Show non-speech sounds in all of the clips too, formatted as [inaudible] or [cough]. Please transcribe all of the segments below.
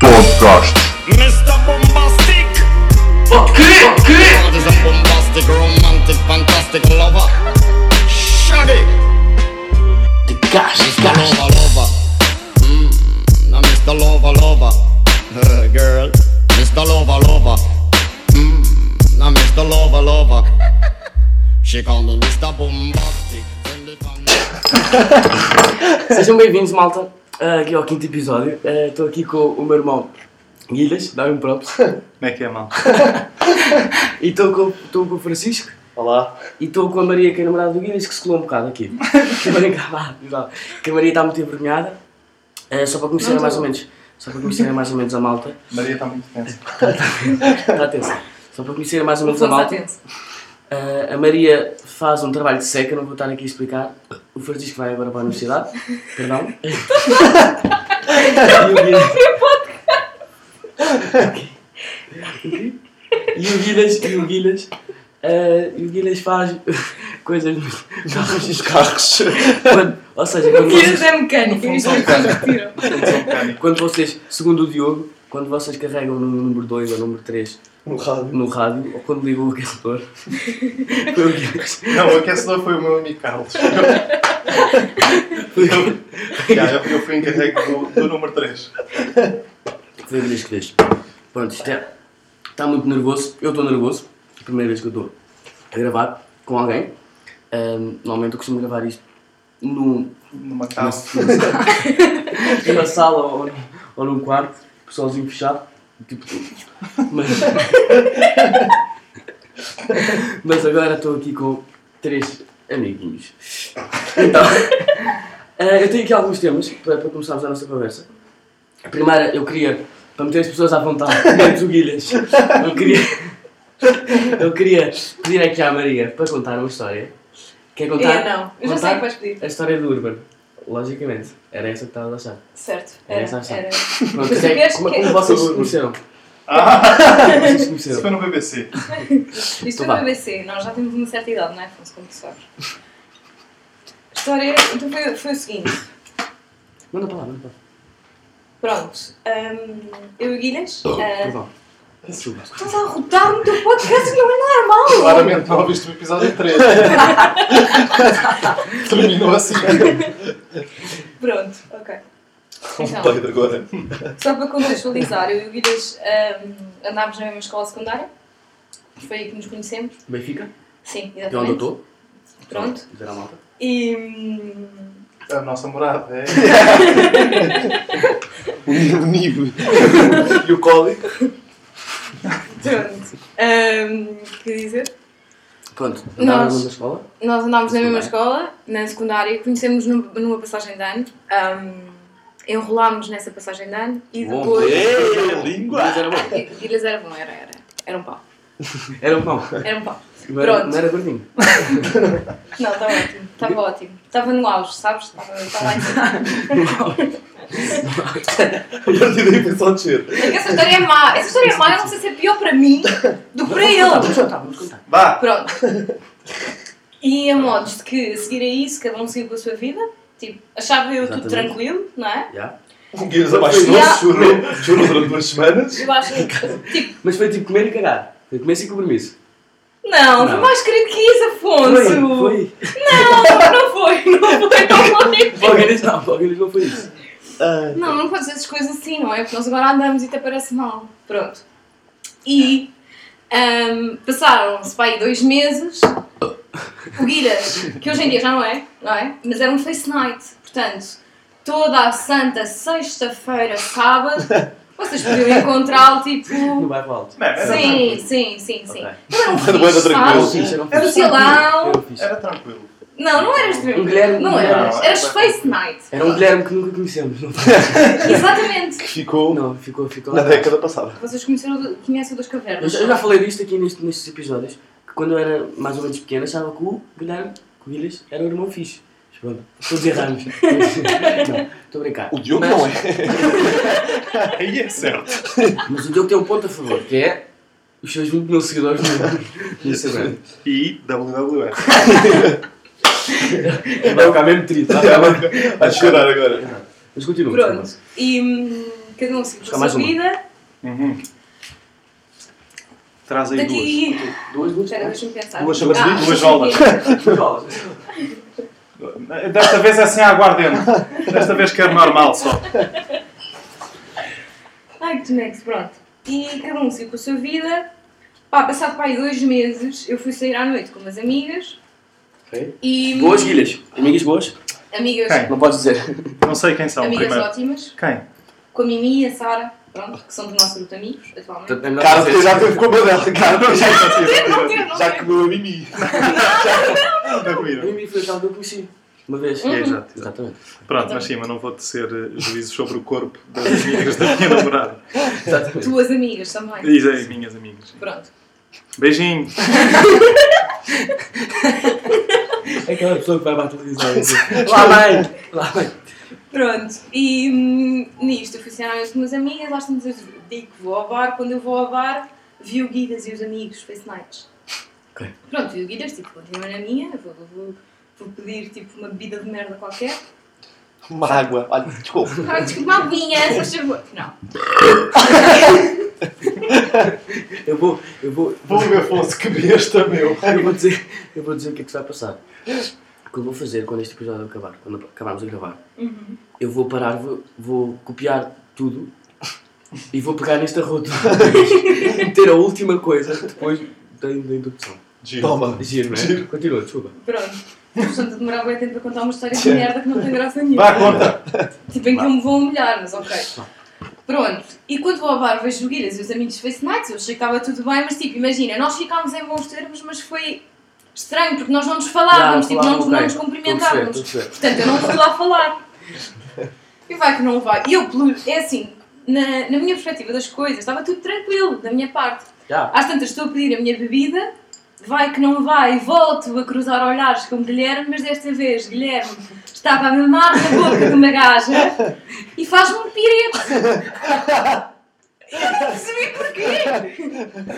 Podcast. Mr. Bombastic! What is a bombastic, romantic, fantastic lover? Shaggy! The gosh, Mr. Lover, lover. Mmm, now Mr. Lover, lover. Uh, girl. Mr. Lover, lover. Mmm, now Mr. Lover, lover. She call me Mr. Bombastic. friendly fantastic. Sejam bem-vindos, malta, uh, aqui ao quinto episódio. Uh, Estou aqui com o meu irmão Guilhas, dá-me um props. Como é que é, mal? E estou com, estou com o Francisco. Olá. E estou com a Maria, que é a namorada do Guilhas, que se colou um bocado aqui. [laughs] que, a Maria, vá, vá. que a Maria está muito envergonhada. Uh, só para conhecerem mais ou menos. Só para conhecerem mais ou menos a malta. Maria está muito tensa. Está tensa. Só para conhecerem mais ou menos a Vamos malta. [laughs] atentos. Uh, a Maria faz um trabalho de seca, não vou estar aqui a explicar. O Francisco vai agora para a universidade. Perdão. [laughs] e o Guilherme. E o Guilherme. E o Guilherme. uh, e o Guilherme faz [laughs] coisas nos carros dos carros. Quando- ou seja, quando Guilherme vocês, é mecânico. Não Isto sou é mecânico. mentira. Não sou mecânico. quando vocês, segundo o Diogo, quando vocês carregam no número 2 ou número 3 No rádio. no rádio, ou quando ligam o aquecedor, foi o Guilherme. Não, o aquecedor foi o meu amigo Carlos. Eu, Já, eu- eu fui encarregue do, do número 3. Foi a vez que fez. Pronto, isto é. Está muito nervoso. Eu estou nervoso. É a primeira vez que eu estou a gravar com alguém. Ahm, normalmente eu costumo gravar isto num, Numa numa, casa. [laughs] numa sala ou, num- ou num quarto, sozinho fechado. Tipo tu. Mas. [laughs] Mas agora estou aqui com três amiguinhos. Então. eh, eu tenho aqui alguns temas para, para começarmos a nossa conversa. A primeira, eu queria, para meter as pessoas à vontade, [laughs] menos o Guilherme, eu queria, eu queria pedir aqui à Maria para contar uma história. Quer contar? É, não. Eu já sei o que vais pedir. A história do Urban, logicamente. Era essa que estavas a achar. Certo. É Era, essa a achar. [laughs] era. Pronto, Mas já é- sabias como, que- como vocês se conheceram? Ah, Como é vocês se isso [laughs] conheceram? foi no BBC. Isto Então é vá. do BBC. Nós já temos uma certa idade, não é, Afonso? Como tu sabes. A história então foi, foi o seguinte. Manda para lá, manda para lá. Pronto. hum, eu e o Guilherme... Uh, Perdão. Desculpa. estás a rodar o teu podcast não é normal. Claramente não ouviste o episódio [laughs] 3. Terminou assim. Pronto. Ok. Então, Pode agora. Só para contextualizar, eu e o Guilherme hum, andámos na mesma escola secundária. Foi aí que nos conhecemos. Benfica, Sim, que é onde eu exatamente. estou. Pronto. Dizer à malta. E... hum, A nossa morada é. O nível. E o Coli. Pronto. Ahm, quer dizer, Pronto, andava na Nós- mesma escola. nós andámos na mesma Secundária. escola, na secundária, conhecemos num- numa passagem de ano, ahm, enrolámos nessa passagem de ano e Bom, depois. língua. Mas era bom. Gui- Guilherme era bom, era, era. Era um pau. Era bom. Era um pau. Não era, Pronto. não era gordinho. Não, estava ótimo, estava ótimo. Estava no auge, sabes? Estava [laughs] estava lá em cima. A partir daí foi só descer. É que Essa história é má. Essa história é má, eu não sei se é pior para mim do que para Vamos ele. contar, vamos contar. Vá! Pronto. E a modos de que a seguir a isso, cada um seguiu com a sua vida. Tipo, achava eu tudo Exatamente. tranquilo, não é? Já. O Guilherme abaixou-se, Yeah. chorou. Chorou durante duas semanas. Eu acho que, tipo, Mas foi tipo comer e cagar. Foi comer sem compromisso. Não, foi Não. mais querido que isso, Afonso! Foi, foi. Não, não foi, não foi, não foi! Para o Guilherme não, para o Guilherme não foi isso. Não, não podes dizer essas coisas assim, não é? Porque nós agora andamos e até parece mal. Pronto. E ahm, passaram-se para aí dois meses. O Guilherme, que hoje em dia já não é, não é? Mas era um face night. Portanto, toda a santa sexta-feira, sábado, vocês podiam encontrá-lo No tipo. bairro alto. Não, era Sim, sim, sim, sim. Ok. Ele era um Era bué da fixe, tranquilo. sabes? Era um Era um fixe. silão. Era um fixe. Era tranquilo. Não, não eras mesmo. Um Guilherme- Não não, eras. não. Eras Face Night. Era um Guilherme que nunca conhecemos. não foi? Exatamente. Ficou Não, ficou, ficou. na lá. década passada. Vocês conheceram, conhecem o das Eu cavernas. já, eu já falei disto aqui neste- nestes episódios, que quando eu era mais ou menos pequena achava que o Guilherme Covilhas era o irmão fixe. Mas Pronto, todos erramos. [laughs] não, estou a brincar. O Diogo mas, não é. Aí é certo. Mas o Diogo tem um ponto a favor, que é os seus 20 mil seguidores [laughs] no no é Instagram. E WWF. Vai ficar mesmo triste. Vai chorar agora. Mas continua. desculpa. Pronto. E hum, cada um seguiu Buscar a mais sua uma. vida. Uhum. Traz aí duas. Daqui. Duas, duas, Espera, três. deixa-me pensar. Ah, Duas chamarzinhas, duas aulas. Duas. Desta vez é sem aguardente. Desta vez quero normal só. Ai, que next, pronto. E cada um seguiu com a sua vida. Pá, passado para aí dois meses, eu fui sair à noite com umas amigas. Ok. E, hum, Boas guilhas. Amigas boas? Amigas, Quem? Não podes dizer. Não sei quem são amigas primeiro. ótimas. Quem? Com a Mimi e a Sara, pronto, que são do nosso grupo de amigos, atualmente. Portanto, é melhor Cara, dizer- tu já teve culpa dela, cara. tu já- Não teve, não Já teve. comeu a mimi. Não A comiram. Hum? mim foi aquela que eu conheci. Uma vez. É, exato, exato. Exatamente. Pronto, Então. mas sim, mas não vou tecer eh, juízos sobre o corpo das amigas da minha namorada. [laughs] Exatamente. Tuas amigas também. Diz aí, minhas amigas. Pronto. Beijinho. É aquela pessoa que vai para a televisão. e diz, Lá mãe! Lá mãe! Pronto, e hum, nisto, eu fui sair à noite com umas amigas, lá estamos eu digo que vou ao bar, quando eu vou ao bar, vi o Guidas e os amigos, Face Nights. Ok. Pronto, vi o Guidas, tipo, continuo na minha, vou, vou, vou pedir tipo uma bebida de merda qualquer. Uma água. Olha, desculpa. Ah, desculpa, uma aguinha, essa chegou. Não, Eu vou, eu vou, Vulgo Afonso, que besta, meu. eu vou dizer, eu vou dizer o que é que se vai passar. O que eu vou fazer quando este episódio acabar, quando acabarmos de gravar, eu vou parar, vou, vou copiar tudo e vou pegar neste arroto [laughs] e meter a última coisa depois da, da indução. Giro. Toma! Giro, não é? Continua, desculba. pronto. Portanto, demorar bem tempo para contar uma história de merda que não tem graça nenhuma. Vá, conta. Tipo, em que eu me vou humilhar, mas ok. Pronto, e quando vou ao bar vejo o Guilherme e os amigos Face Nights, eu achei que estava tudo bem, mas tipo, imagina, nós ficámos em bons termos, mas foi estranho, porque nós não nos falávamos, tipo, não, nos- não nos cumprimentávamos. Portanto, eu não fui lá falar. E vai que não vai. E eu, pelo- é assim, na, na minha perspectiva das coisas, estava tudo tranquilo, da minha parte. Já. Às tantas estou a pedir a minha bebida, vai que não vai, volto a cruzar olhares com o Guilherme, mas desta vez Guilherme estava a mamar na boca de uma gaja e faz-me um pirete. Eu não percebi porquê.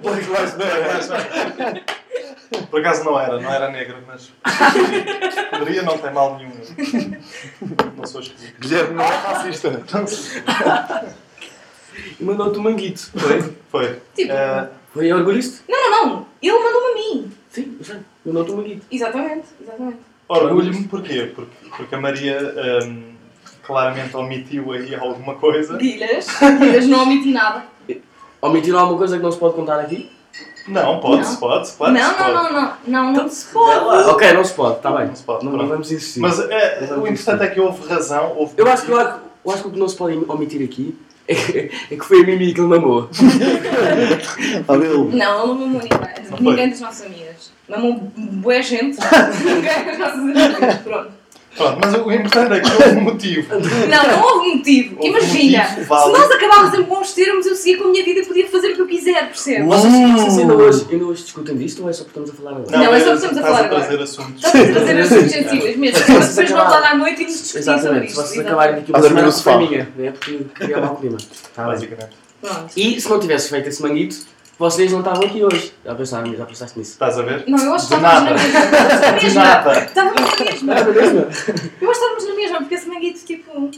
Black Lives Matter. Por acaso não era, não era negra, mas. Poderia, não tem mal nenhum. Não sou esquisito. Guilherme não é racista. E mandou-te um manguito. Foi? Foi. Tipo, Eh, [laughs] Foi orgulhista? não, não, não, ele mandou-me a mim. Sim, já. Mandou-te um manguito. Exatamente, exatamente. Orgulho-me porquê? Porque, porque a Maria ehm, claramente omitiu aí alguma coisa. Guilhas, Guilhas não omiti nada. Omitiram alguma coisa que não se pode contar aqui? Não, pode, Não. se pode, se Não, pode. se não, pode. não, não, não, não se Então, pode. Ah, ok, não se pode, está bem. Não se pode, Não, pronto. vamos insistir. Mas eh, Mas o importante é que houve razão, houve. eu, acho que, eu, acho- eu acho que o que não se pode omitir aqui é que, é que foi a Mimi que ele mamou. Valeu. Não, ele não mamou ninguém. Não foi. Ninguém das nossas amigas. Mamou boa gente. [laughs] ninguém das nossas amigas. Pronto. Pronto, mas o importante é que houve um motivo. Não, não houve um motivo. Houve um Imagina. motivo válido. Se nós acabávamos em bons termos, eu seguia com a minha vida e podia fazer o que eu quiser, percebes? Hum. Vocês, vocês ainda, hoje, ainda hoje discutem disto ou é só porque estamos a falar agora? Não, é mas só que estamos a estás falar agora. trazer assuntos. Estás a trazer as coisas sensíveis mesmo. Mas depois vamos lá à noite e nos discutir sobre Exatamente, se isto. vocês acabarem daqui uma Estás a dormir semana, no foi sofá. minha, né? porque queria mau clima. Tá bem. Basicamente. Pronto. E se não tivesse feito esse manguito, vocês não estavam aqui hoje. Já pensaram, já pensaste nisso? Estás a ver? Não, eu acho que De estávamos na nada. [laughs] mesma. De Estávamos na nada. É mesma. Estávamos na mesma. Ah, beleza? Eu acho que estávamos na mesma, porque esse manguito, tipo.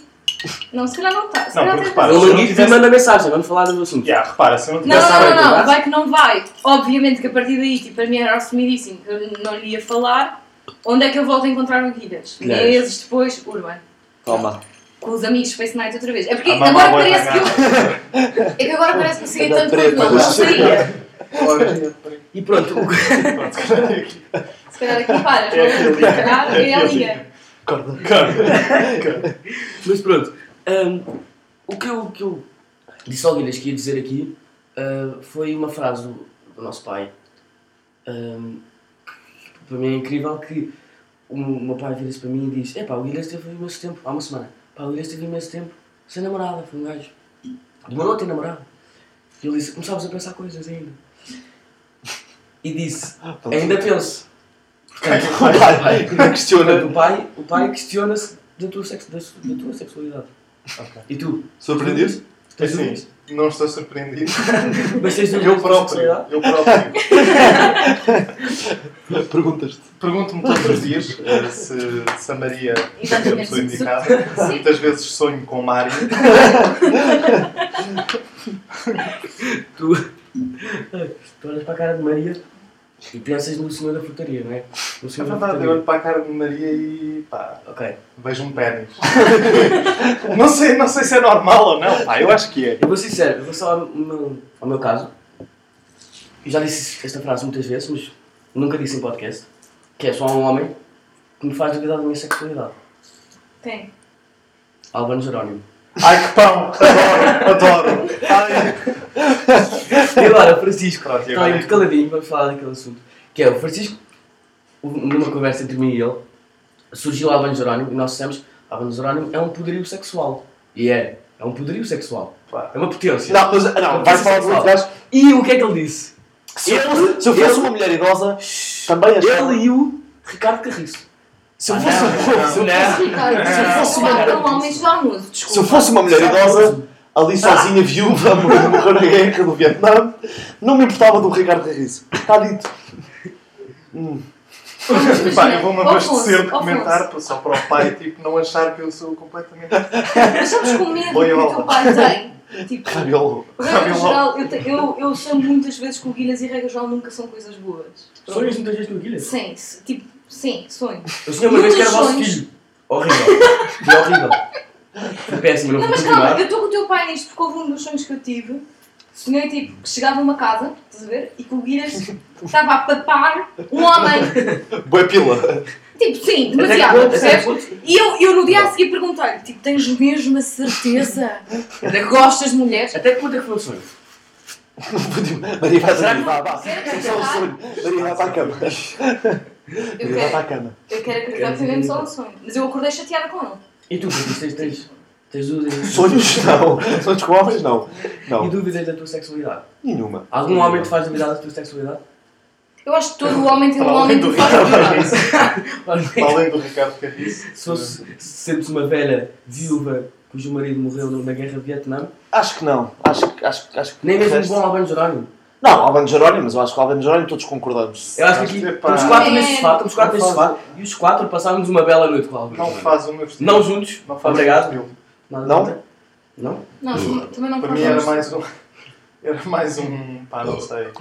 Não, se calhar não está. Se Não, calhar porque tem repara, razão. O é Ah, se não um manguito te tivesse- manda mensagem, vamos falar do assunto. Yeah, repara, se eu não Não, tivesse. não, não, vai. não, vai que não vai. Obviamente que a partir daí, tipo, para mim era assumidíssimo que eu não lhe ia falar. Onde é que eu volto a encontrar o Guilherme? Guilherme. Meses depois, Urban. Calma. Com os amigos Face Night outra vez. É porque A mamãe agora vai parece que eu. pagar. É que agora parece que eu saía Anda tanto quanto preta. não, não saía. E pronto, o que- Pronto, se calhar é aqui. Se calhar aqui paras, É a não? Se linha. calhar é a liga. Acorda. Cara, mas pronto. hum, o que eu, que eu disse ao Guilherme que ia dizer aqui ah, foi uma frase do, do nosso pai. hum, que para mim é incrível que o meu pai vira-se para mim e diz Epá, o Guilherme teve imenso tempo, há uma semana. Pá, o Guilherme teve imenso tempo sem namorada, foi um gajo. Demorou a ter namorada. E ele disse, começámos a pensar coisas ainda. E disse, ainda penso. Portanto, [laughs] Não Hum. questiona. Portanto, o pai, o pai questiona-se da tua, sexo- da, su- da tua sexualidade. E tu? Surpreendeu-se? Tu um- Assim, não estou surpreendido. Mas tens dúvidas Eu da próprio, sexualidade? eu próprio Perguntas-te. pergunto-me todos os dias eh, se, se a Maria é a Exatamente. pessoa indicada. Sim. Muitas vezes sonho com Mário. Tu, [laughs] tu olhas para a cara de Maria e pensas no senhor da frutaria, não é? No É senhor da verdade, eu olho frutaria. para a cara de Maria e pá, Ok. vejo um pênis. [laughs] não, sei, não sei se é normal ou não, pá, eu acho que é. Eu vou ser sincero, eu vou falar ao meu, ao meu caso. Eu já disse esta frase muitas vezes, mas nunca disse em podcast. Que é só um homem que me faz duvidar da minha sexualidade. Quem? Albano Jerónimo. Ai que pão, adoro, adoro. Ai. E agora, Francisco, Pronto, e está Tá aí agora? muito caladinho, vamos falar daquele assunto. Que é o Francisco, numa conversa entre mim e ele, surgiu Albano Jerónimo e nós dissemos: Albano Jerónimo é um poderio sexual. E é, é um poderio sexual. Pá. É uma potência. Não, mas ah, não, vais falar de muito gajo. E o que é que ele disse? Se eu fosse- se eu fosse um- uma mulher idosa, também Ah, achava. Ele e o Ricardo Carriço. Se eu fosse- se eu fosse- fosse uma Ricardo, o homem já mudo, desculpa. Se eu fosse uma mulher idosa, ali sozinha, viúva, morreu na guerra é do Vietnã, não me importava do Ricardo Carriço. Está dito. Mas, Pá, né, eu vou-me ó, abastecer de Afonso, ó, comentar Afonso, pá, só para o pai tipo, não achar que eu sou completamente Mas sabes que o medo que o Boiola. teu pai tem? Tipo, Rabiolo. regra Boiola. geral, eu, te- eu, eu chamo muitas vezes que o Guilherme e regra geral nunca são coisas boas. Sonhas muitas vezes com o Guilherme? Sim, se- tipo, sim, sonho. Eu sonhei uma vez que era vosso Sonhos. filho. Horrível. Foi horrível. Foi péssimo, não Não, vou mas calma, continuar. eu estou com o teu pai nisto porque houve um dos sonhos que eu tive. Sonhei tipo que chegava a uma casa, estás a ver? E que o [laughs] Guilherme estava a papar um homem. Boa pila. Tipo, sim, Até que demasiado, ponto- até que percebes? ponto- E eu, eu no dia a seguir perguntei-lhe, tipo, tens mesmo a certeza que gostas de mulheres? até que ponto é que foi o sonho? Maria vai Será dormir. que- Vá, vá. Quero É só um acreditar, sonho. Maria vai para a cama. eu Maria vai para quero, a cama. eu quero acreditar que foi mesmo só um sonho. Mas eu acordei chateada com ele. E tu, Francisco, tens, tens, tens dúvidas? Sonhos não. Sonhos com homens não. E Não. dúvidas da tua sexualidade? Nenhuma. Algum homem te faz duvidar da tua sexualidade? Eu acho que todo homem tem um Para homem além do que faz Ricardo duvidar. Carriço. Olha, Para além do Ricardo Carriço. Se fosse se sentes uma velha viúva cujo marido morreu na guerra do Vietnã, Acho que não. Acho que. Acho, que- acho que nem mesmo um resto- bom Albano Jerónimo. Não, Albano Jerónimo, mas eu acho que Albano Jerónimo todos concordamos. Eu acho que Acho aqui que é pá. estamos quatro neste É. sofá, estamos quatro neste sofá e os quatro passámos uma bela noite com o Albano Não Jerónimo. faz o meu estilo. Não juntos? Não faz Obrigado. o meu estilo. Nada Não? contra? Não? Não, também não Para mim era faz mal. mais um. Era mais um. pá, não sei. [laughs]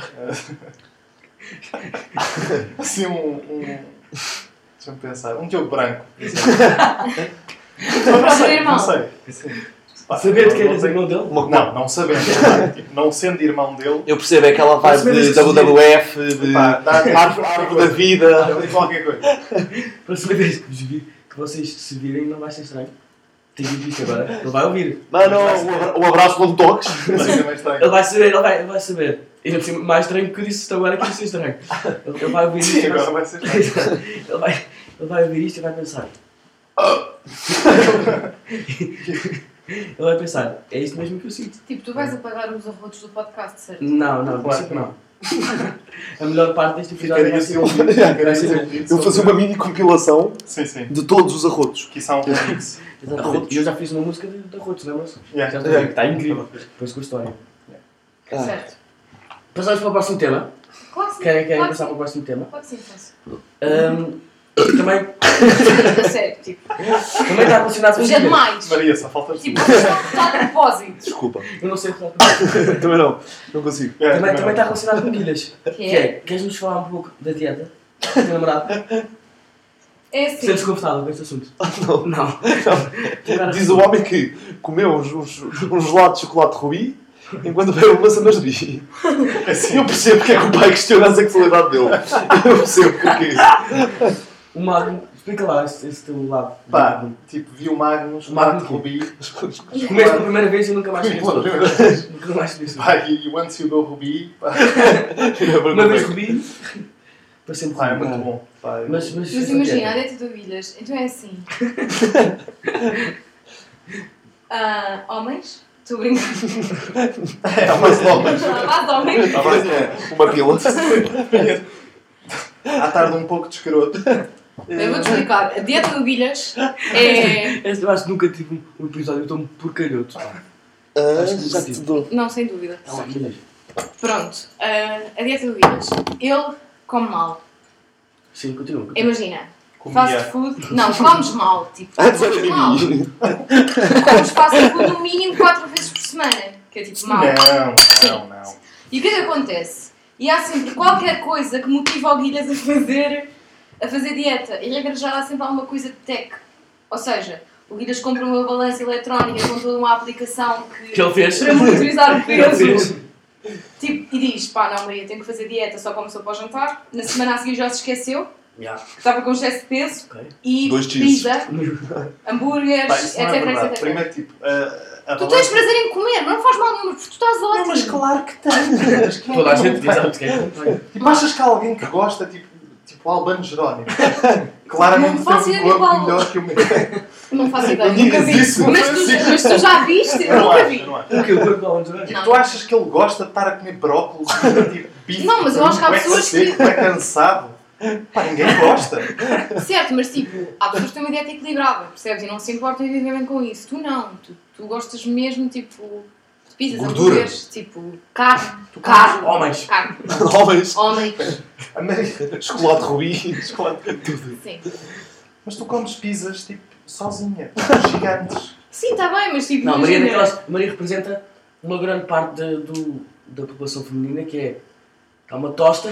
eh, assim um. um Deixa-me pensar. Um teu branco. por [laughs] exemplo. Seu irmão. Não sei. Assim, pá, Saber de não- quem não eras sei. irmão dele? Uma- Não, não sabemos. pá, tipo, não sendo irmão [laughs] dele. Eu percebo, é aquela vibe Percebes de que se diz? WWF, de Pá, dá árvore árvore da vida. dá-lhe qualquer coisa. Para saber vez que, vos vi- que vocês se virem, não vai ser estranho. Tem dito isto agora. Ele vai ouvir. Mano, um abra- um abraço com toques. Mas isso é mais estranho. Ele vai saber, ele vai, ele vai saber. E ainda por cima, mais estranho que eu disse isto agora que isso é estranho. Ele, ele vai ouvir isto. Sim, e vai- agora vai ser estranho. ele, vai, ele vai ouvir isto e vai [laughs] pensar. ele vai pensar, é isto mesmo que eu sinto. Tipo, tu vais apagar os arrotos do podcast, certo? Não, não, Claro claro que que não. A melhor parte deste episódio Ficaria vai assim ser um vídeo. Ficaria assim um vídeo. Eu fazia sobre- uma mini compilação Sim, sim. de todos os arrotos. Que são remix. Exatamente. E eu já fiz uma música de, de Rotos, lembra-se? Yeah. Já estou a ver que está incrível. Depois com a história. Ah. Certo. Passamos para o próximo tema. Claro que sim. Querem, querem claro passar para que o próximo tema? sim. Claro que sim, Afonso. Ahm, também, Sim, a Sério, tipo, também está relacionado com já é filhas. [laughs] demais. Maria, só faltas tu. Tipo, está [laughs] de propósito. Desculpa. Eu não sei o que está Também não. Não consigo. É, Também, não. também está relacionado com guilhas. Que Que é? é, queres-nos falar um pouco da dieta? Do teu namorado? É Sentes assim. confortável com este assunto? Ah, Não. Não. um. Diz o homem que comeu uns, uns, uns gelados de chocolate rubi enquanto bebeu uma sanduíche. Assim, Eu percebo porque é que o pai questiona a sexualidade dele. Eu percebo porque é isso. O Magno, explica lá esse, esse teu lado. pá, tipo, vi o Magnus, o Magnus Magnus. Rubi. Comeste pela primeira vez e nunca mais comi Pela tudo. primeira vez. Nunca mais comi tudo. Pá, e o antes e o meu Rubi. [laughs] Pá, é Uma vez comi, para sempre pá, é comi. muito bom. Pá, eu- Mas, mas, Mas imagina, a dieta do Vilhas, então é assim. Ah, homens? Estou a brincar. É mais logo. Há [laughs] de homens? Mas é uma pila. À tarde um pouco de escroto. Eu vou-te explicar. A dieta do Vilhas é... [laughs] Eu acho que nunca tive um, um episódio tão porcalhoto. pá. Acho que já tive. Azedo. Não, sem dúvida. É uma quilha. Pronto, ah, a dieta do Guilherme. Ele come mal. Sim, continua. continua. Imagina, fast Comia. food. Não, comes mal. Tipo, Antes era comes mal. mimimi. Comes fast food no mínimo 4 vezes por semana. Que é tipo mal. Não, não, não. E o que é que acontece? E há sempre qualquer coisa que motiva o Guilherme a fazer, a fazer dieta. E regra geral há sempre alguma coisa de tech. Ou seja, o Guilherme compra uma balança eletrónica com toda uma aplicação que, Que ele fez. para [laughs] monitorizar o Ele peso. fez. Tipo, e diz, pá, não Maria, tenho que fazer dieta, só como só para o jantar. Na semana a seguir já se esqueceu, Yeah. que estava com excesso de peso. Ok. E Dois cheeses. pizza, hambúrgueres, Pá, isso não é etc, verdade. etc. Primeiro, tipo, a, a Tu tens prazer em comer, não faz mal nenhum, porque tu estás ótimo. claro que tens. Toda a gente diz, ah, tu queres? Tipo, achas que há alguém que gosta, tipo, tipo Albano [laughs] Jerónimo? Claramente Não faço tem um ideia corpo qual. melhor que o meu. Não faço ideia, Eu nunca nunca vi. disse isso, mas, mas tu, sim. mas tu já viste? Eu não nunca acho, vi. eu não acho. O que? O corpo não vai Não. Tu achas que ele gosta de estar a comer brócolis, tipo [laughs] bife? é Não, mas eu acho que há bué pessoas seco, que- bué cansado. Pá, ninguém [laughs] gosta. Certo, mas tipo, há pessoas que têm uma dieta equilibrada, percebes? E não se importam evidentemente com isso. Tu não, tu, tu gostas mesmo tipo de pizzas, Gordura. hambúrgueres, tipo carne, carne, Homens. carne, Homens. homens, A Maria- Chocolate rubi. sim. Mas tu comes pizzas, tipo, [laughs] sozinha. Gigantes. Sim, está bem, mas tipo, Não, Maria, é imagina, daquelas, Maria representa uma grande parte da, do, da população feminina que é. Há uma tosta,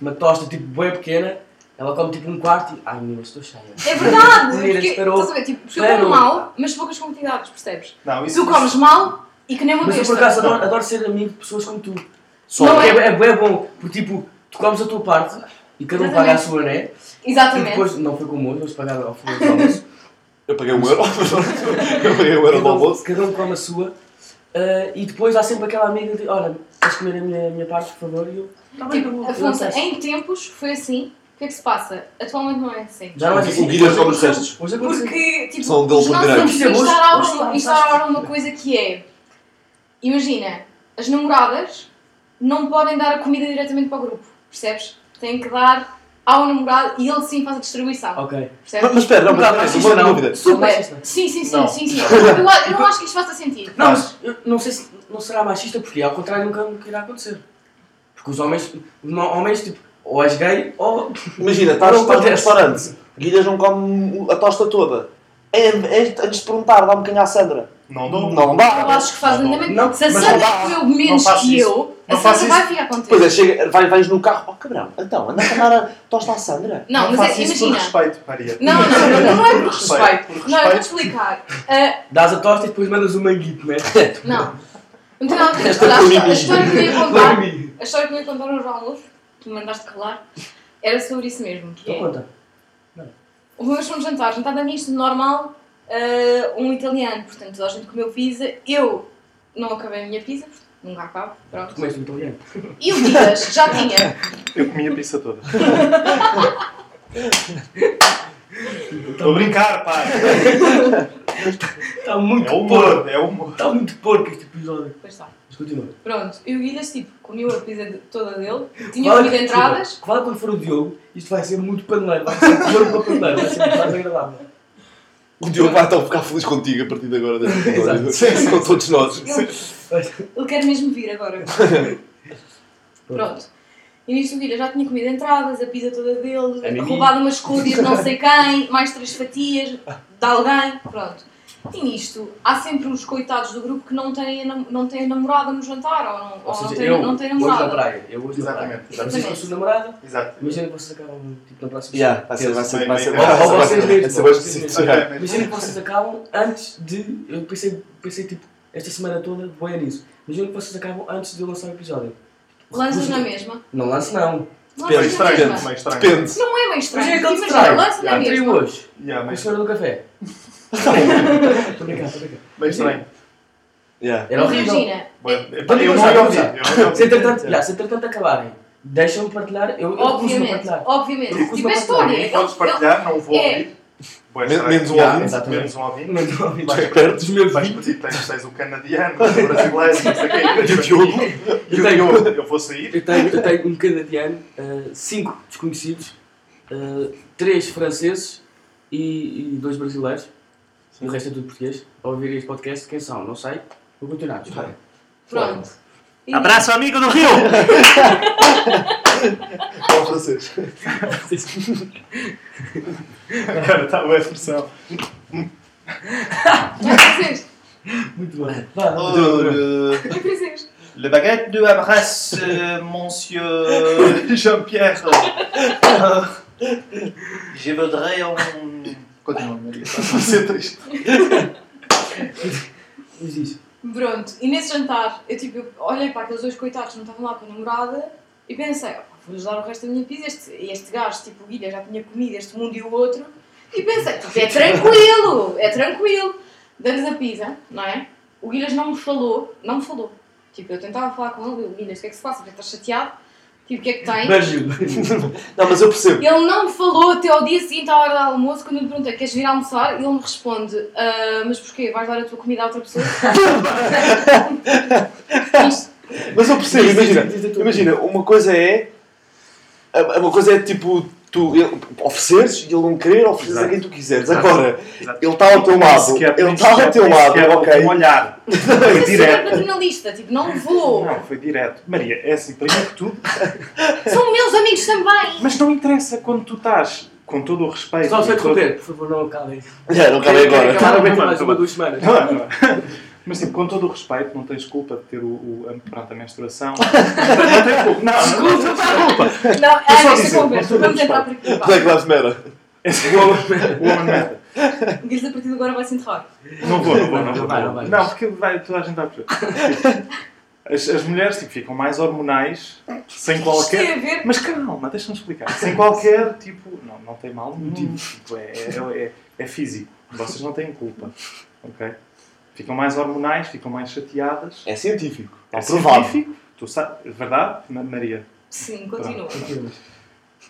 uma tosta tipo bem pequena, ela come tipo um quarto e. Ai menina, estou cheia. é verdade, Maria, porque, esperou. estás a ver, tipo, eu como Esperou. mal, mas poucas quantidades, percebes? Não, isso Tu comes mal e que nem uma Mas eu besta. por acaso adoro, adoro ser amigo de pessoas como tu. Só Não Porque é- é, é, bué bom, porque tipo, tu comes a tua parte e cada um Exatamente. paga a sua, né? E Exatamente. depois, não foi como hoje, eles pagaram ao fundo do almoço. Eu paguei um euro. Eu paguei um euro do Cada um- almoço. Cada um come a sua. ah, e depois há sempre aquela amiga de, olha, queres comer a minha, a minha parte, por favor? E eu, tá bem, tá bom, Tipo, eu Afonso, aceito." em tempos foi assim. O que é que se passa? Atualmente não é assim. Já não é assim. O Guilherme Hoje come os aconteceu- restos. Hoje aconteceu. Porque, tipo, um São dele os por nossos direito. é amigos Hoje- instauraram, hoje está- instauraram uma coisa que é... Imagina, as namoradas não podem dar a comida diretamente para o grupo, percebes? Têm que dar ao namorado e ele sim faz a distribuição, Ok. percebes? É, Mas espera, não, Um bocado mas racista, uma não. dúvida. Super! machista. Sim, sim, sim, Não. sim, sim. Eu, a- eu não acho que isto faça sentido. Ah. Não, mas eu não sei se não será machista porque ao contrário nunca, nunca irá acontecer. Porque os homens, não, homens tipo, ou és gay ou. Imagina, estás, Não estás num acontece. restaurante, Guilherme não come a tosta toda. É, é- antes de perguntar, dá-me quem à Sandra. Não dou. Não Eu dá. acho que faz andamento. Não, Se a mas não Sandra dá. comeu menos faço que isso. eu, a Não faço Sandra vai isso. ficar contente. Pois é, chega, vai, vais no carro, oh cabrão, então, anda a dar a tosta à Sandra. Não, mas faço é, isso por imagina. respeito, Maria. Não, não, não, não, não é por respeito. Por Não, eu vou respeito. te explicar. Ah, Dás a tosta e depois mandas um manguito, [laughs] né? não. Então, Não tem nada a ver. Esta Olha, a foi histó- a minha. história que eu ia Para contar, mim. a história que eu ia contar ao João Louvo, que me mandaste calar, era sobre isso mesmo. Que Então é, conta. uma vez fomos jantar, jantar da misto, normal, ah, um italiano, portanto, toda a gente comeu pizza, eu não acabei a minha pizza, porque nunca acabo, Tu pronto. comeste um italiano. E o Dias já tinha, Eu comi a pizza toda. Estou a brincar, pá. um Está [laughs] Tá muito É porco. humor, é humor. Está muito porco este episódio. pois está, Mas continua. pronto, e o Guilherme, tipo, comeu a pizza de- toda dele, tinha Claro comido que- entradas, Claro que quando for o Diogo, isto vai ser muito paneleiro. Vai ser [laughs] muito porco para paneleiro. Vai ser muito mais agradável. O Diogo vai então ficar feliz contigo a partir de agora. deste episódio. Exato. Sim, sim, Com todos nós. ele Ele quer mesmo [laughs] vir agora. Pronto. E nisto vira, já tinha comido entradas, a pizza toda dele, A mimimi. roubado umas cúrias de não sei quem, mais três fatias de alguém, pronto. E nisto, há sempre uns coitados do grupo que não têm, a nam- não têm a namorada no jantar, ou não, Ou ou não seja, têm, eu não têm hoje na namorada. praia. Eu hoje na praia. Exatamente. Já vocês com a sua namorada. Exato. Imagina que vocês acabam tipo na próxima Yeah, vai ser, vai ser, vai ser, Bem, vai bem. ser, Ou vai vocês ser, vai mesmos, ser mais vocês específico. mesmos. já. Imagina que vocês acabam antes de. Eu pensei, pensei tipo, esta semana toda boia nisso. Imagina que vocês acabam antes de eu lançar o episódio. Lanças na mesma. Não lance não. Depende, Lanças Meio na estranho, mesma. meio estranho. Depende. Não é bem Mas é estranho. aquele que Imagina, lanças na trai. Entrei mesma. hoje. Yeah, Com a meio, senhora do [laughs] café. Estou brincando, estou brincando. meio estranho. Yeah. Era horrível. Imagina, Bem, é- Eu não ia ouvir. eu não ia Se entretanto, ouvir. yeah, se entretanto acabarem, deixam-me eh. partilhar, eu, eu recuso-me a obviamente, partilhar. obviamente. Recuso-me Tipo, a a partilhar. história. Não podes ele- ele- partilhar, não vou é. ouvir. Bué estranho. Menos um Yeah, ouvinte. exatamente. Menos um ouvinte. Não estou a ouvir. Vai- Perto Dos meus Vais 20. pedir, tens, tens [laughs] o canadiano, o brasileiro, não sei quem. E o Diogo? E o Diogo, eu vou sair. Eu tenho, eu tenho um canadiano, ah, cinco desconhecidos, ah, três franceses e, e dois brasileiros. O resto é tudo português. Ao ouvir este podcast, quem são? Não sei. Vou continuar, desculpa. Pronto. E- Abraço, amigo do Rio! Fala francês. Cara, tá boa a expressão. Vai francês. Muito bom. Vai francês. Le baguette de Abrace, [laughs] monsieur Jean-Pierre. Euh, Je voudrais um. Continua, Maria. Vai ser triste. Mas isso. Pronto. E nesse jantar, eu tipo, eu olhei para aqueles dois coitados que não estavam lá com a namorada e pensei, "Opa, vou-lhes dar o resto da minha pizza. Este, este gajo, tipo, o Guilherme já tinha comido este mundo e o outro. E pensei, tipo, é tranquilo, é tranquilo. Damos a pizza, não é? O Guilherme não me falou, não me falou. Tipo, eu tentava falar com ele, Guilherme, o que é que se passa? Já estás chateado? Tipo, o que é que tem? Beijo. Não, mas eu percebo. Ele não me falou até ao dia seguinte, à hora do almoço, quando eu lhe perguntei, queres vir almoçar? Ele me responde, "Ah, mas porquê? Vais dar a tua comida a outra [laughs] pessoa? Isto, Mas eu percebo, Diz, diz, imagina. diz a tua Imagina, uma coisa é. a- Uma coisa é tipo. Tu ele- ofereceres e ele não querer, ofereces Exato. a quem tu quiseres. Exato. Agora, Exato. ele está ao teu lado. Sequer- Ele nem está ao sequer- teu nem lado, sequer ok? [laughs] Um olhar. eu Foi sou super direto. paternalista, tipo, não vou. Não, foi direto. Maria, é assim, primeiro que tudo. São meus amigos também. Mas não interessa quando tu estás, com todo o respeito. Só se e todo- interromper, por favor, não acalem. É, não cabe agora. [laughs] Acabaram bem Não, mais não, uma, não. duas semanas. Não é, não é. Mas tipo, com todo o respeito, não tens culpa de ter o, o a- pronto, a menstruação. não tens culpa. Não, não, não tens culpa. Não, é só esta dizer, conversa, não vamos sou entrar por aqui. vá. Black Lives Matter. é O homem meta. O Guilherme, a partir de agora vai se enterrar. Não vou, não vou, não Não vou. vai, Não, não vai. porque vai, toda a gente vai [laughs] perceber. As, as mulheres tipo, ficam mais hormonais, sem Isto tem qualquer. a ver. Mas calma, deixa-me explicar. Sem qualquer tipo. Não, não tem mal nenhum. Tipo, é, é, é, é físico. Vocês não têm culpa. Ok? Ficam mais hormonais, ficam mais chateadas. É científico. É É provável. científico. Tu sabes, verdade, Ma- Maria? Sim, continua.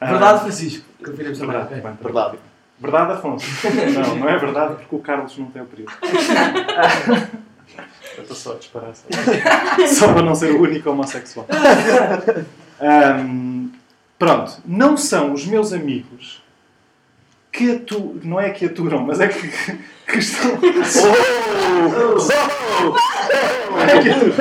Ah, Verdade, Francisco. Que eu virei Verdade, para bem, verdade. Verdade. Verdade, Afonso. Não, não é verdade porque o Carlos não tem o período. Eu estou só a disparar. Só, só para não ser o único homossexual. Ahm, pronto. Não são os meus amigos que aturam... Não é que aturam, mas é que, que estão... Não é que aturam.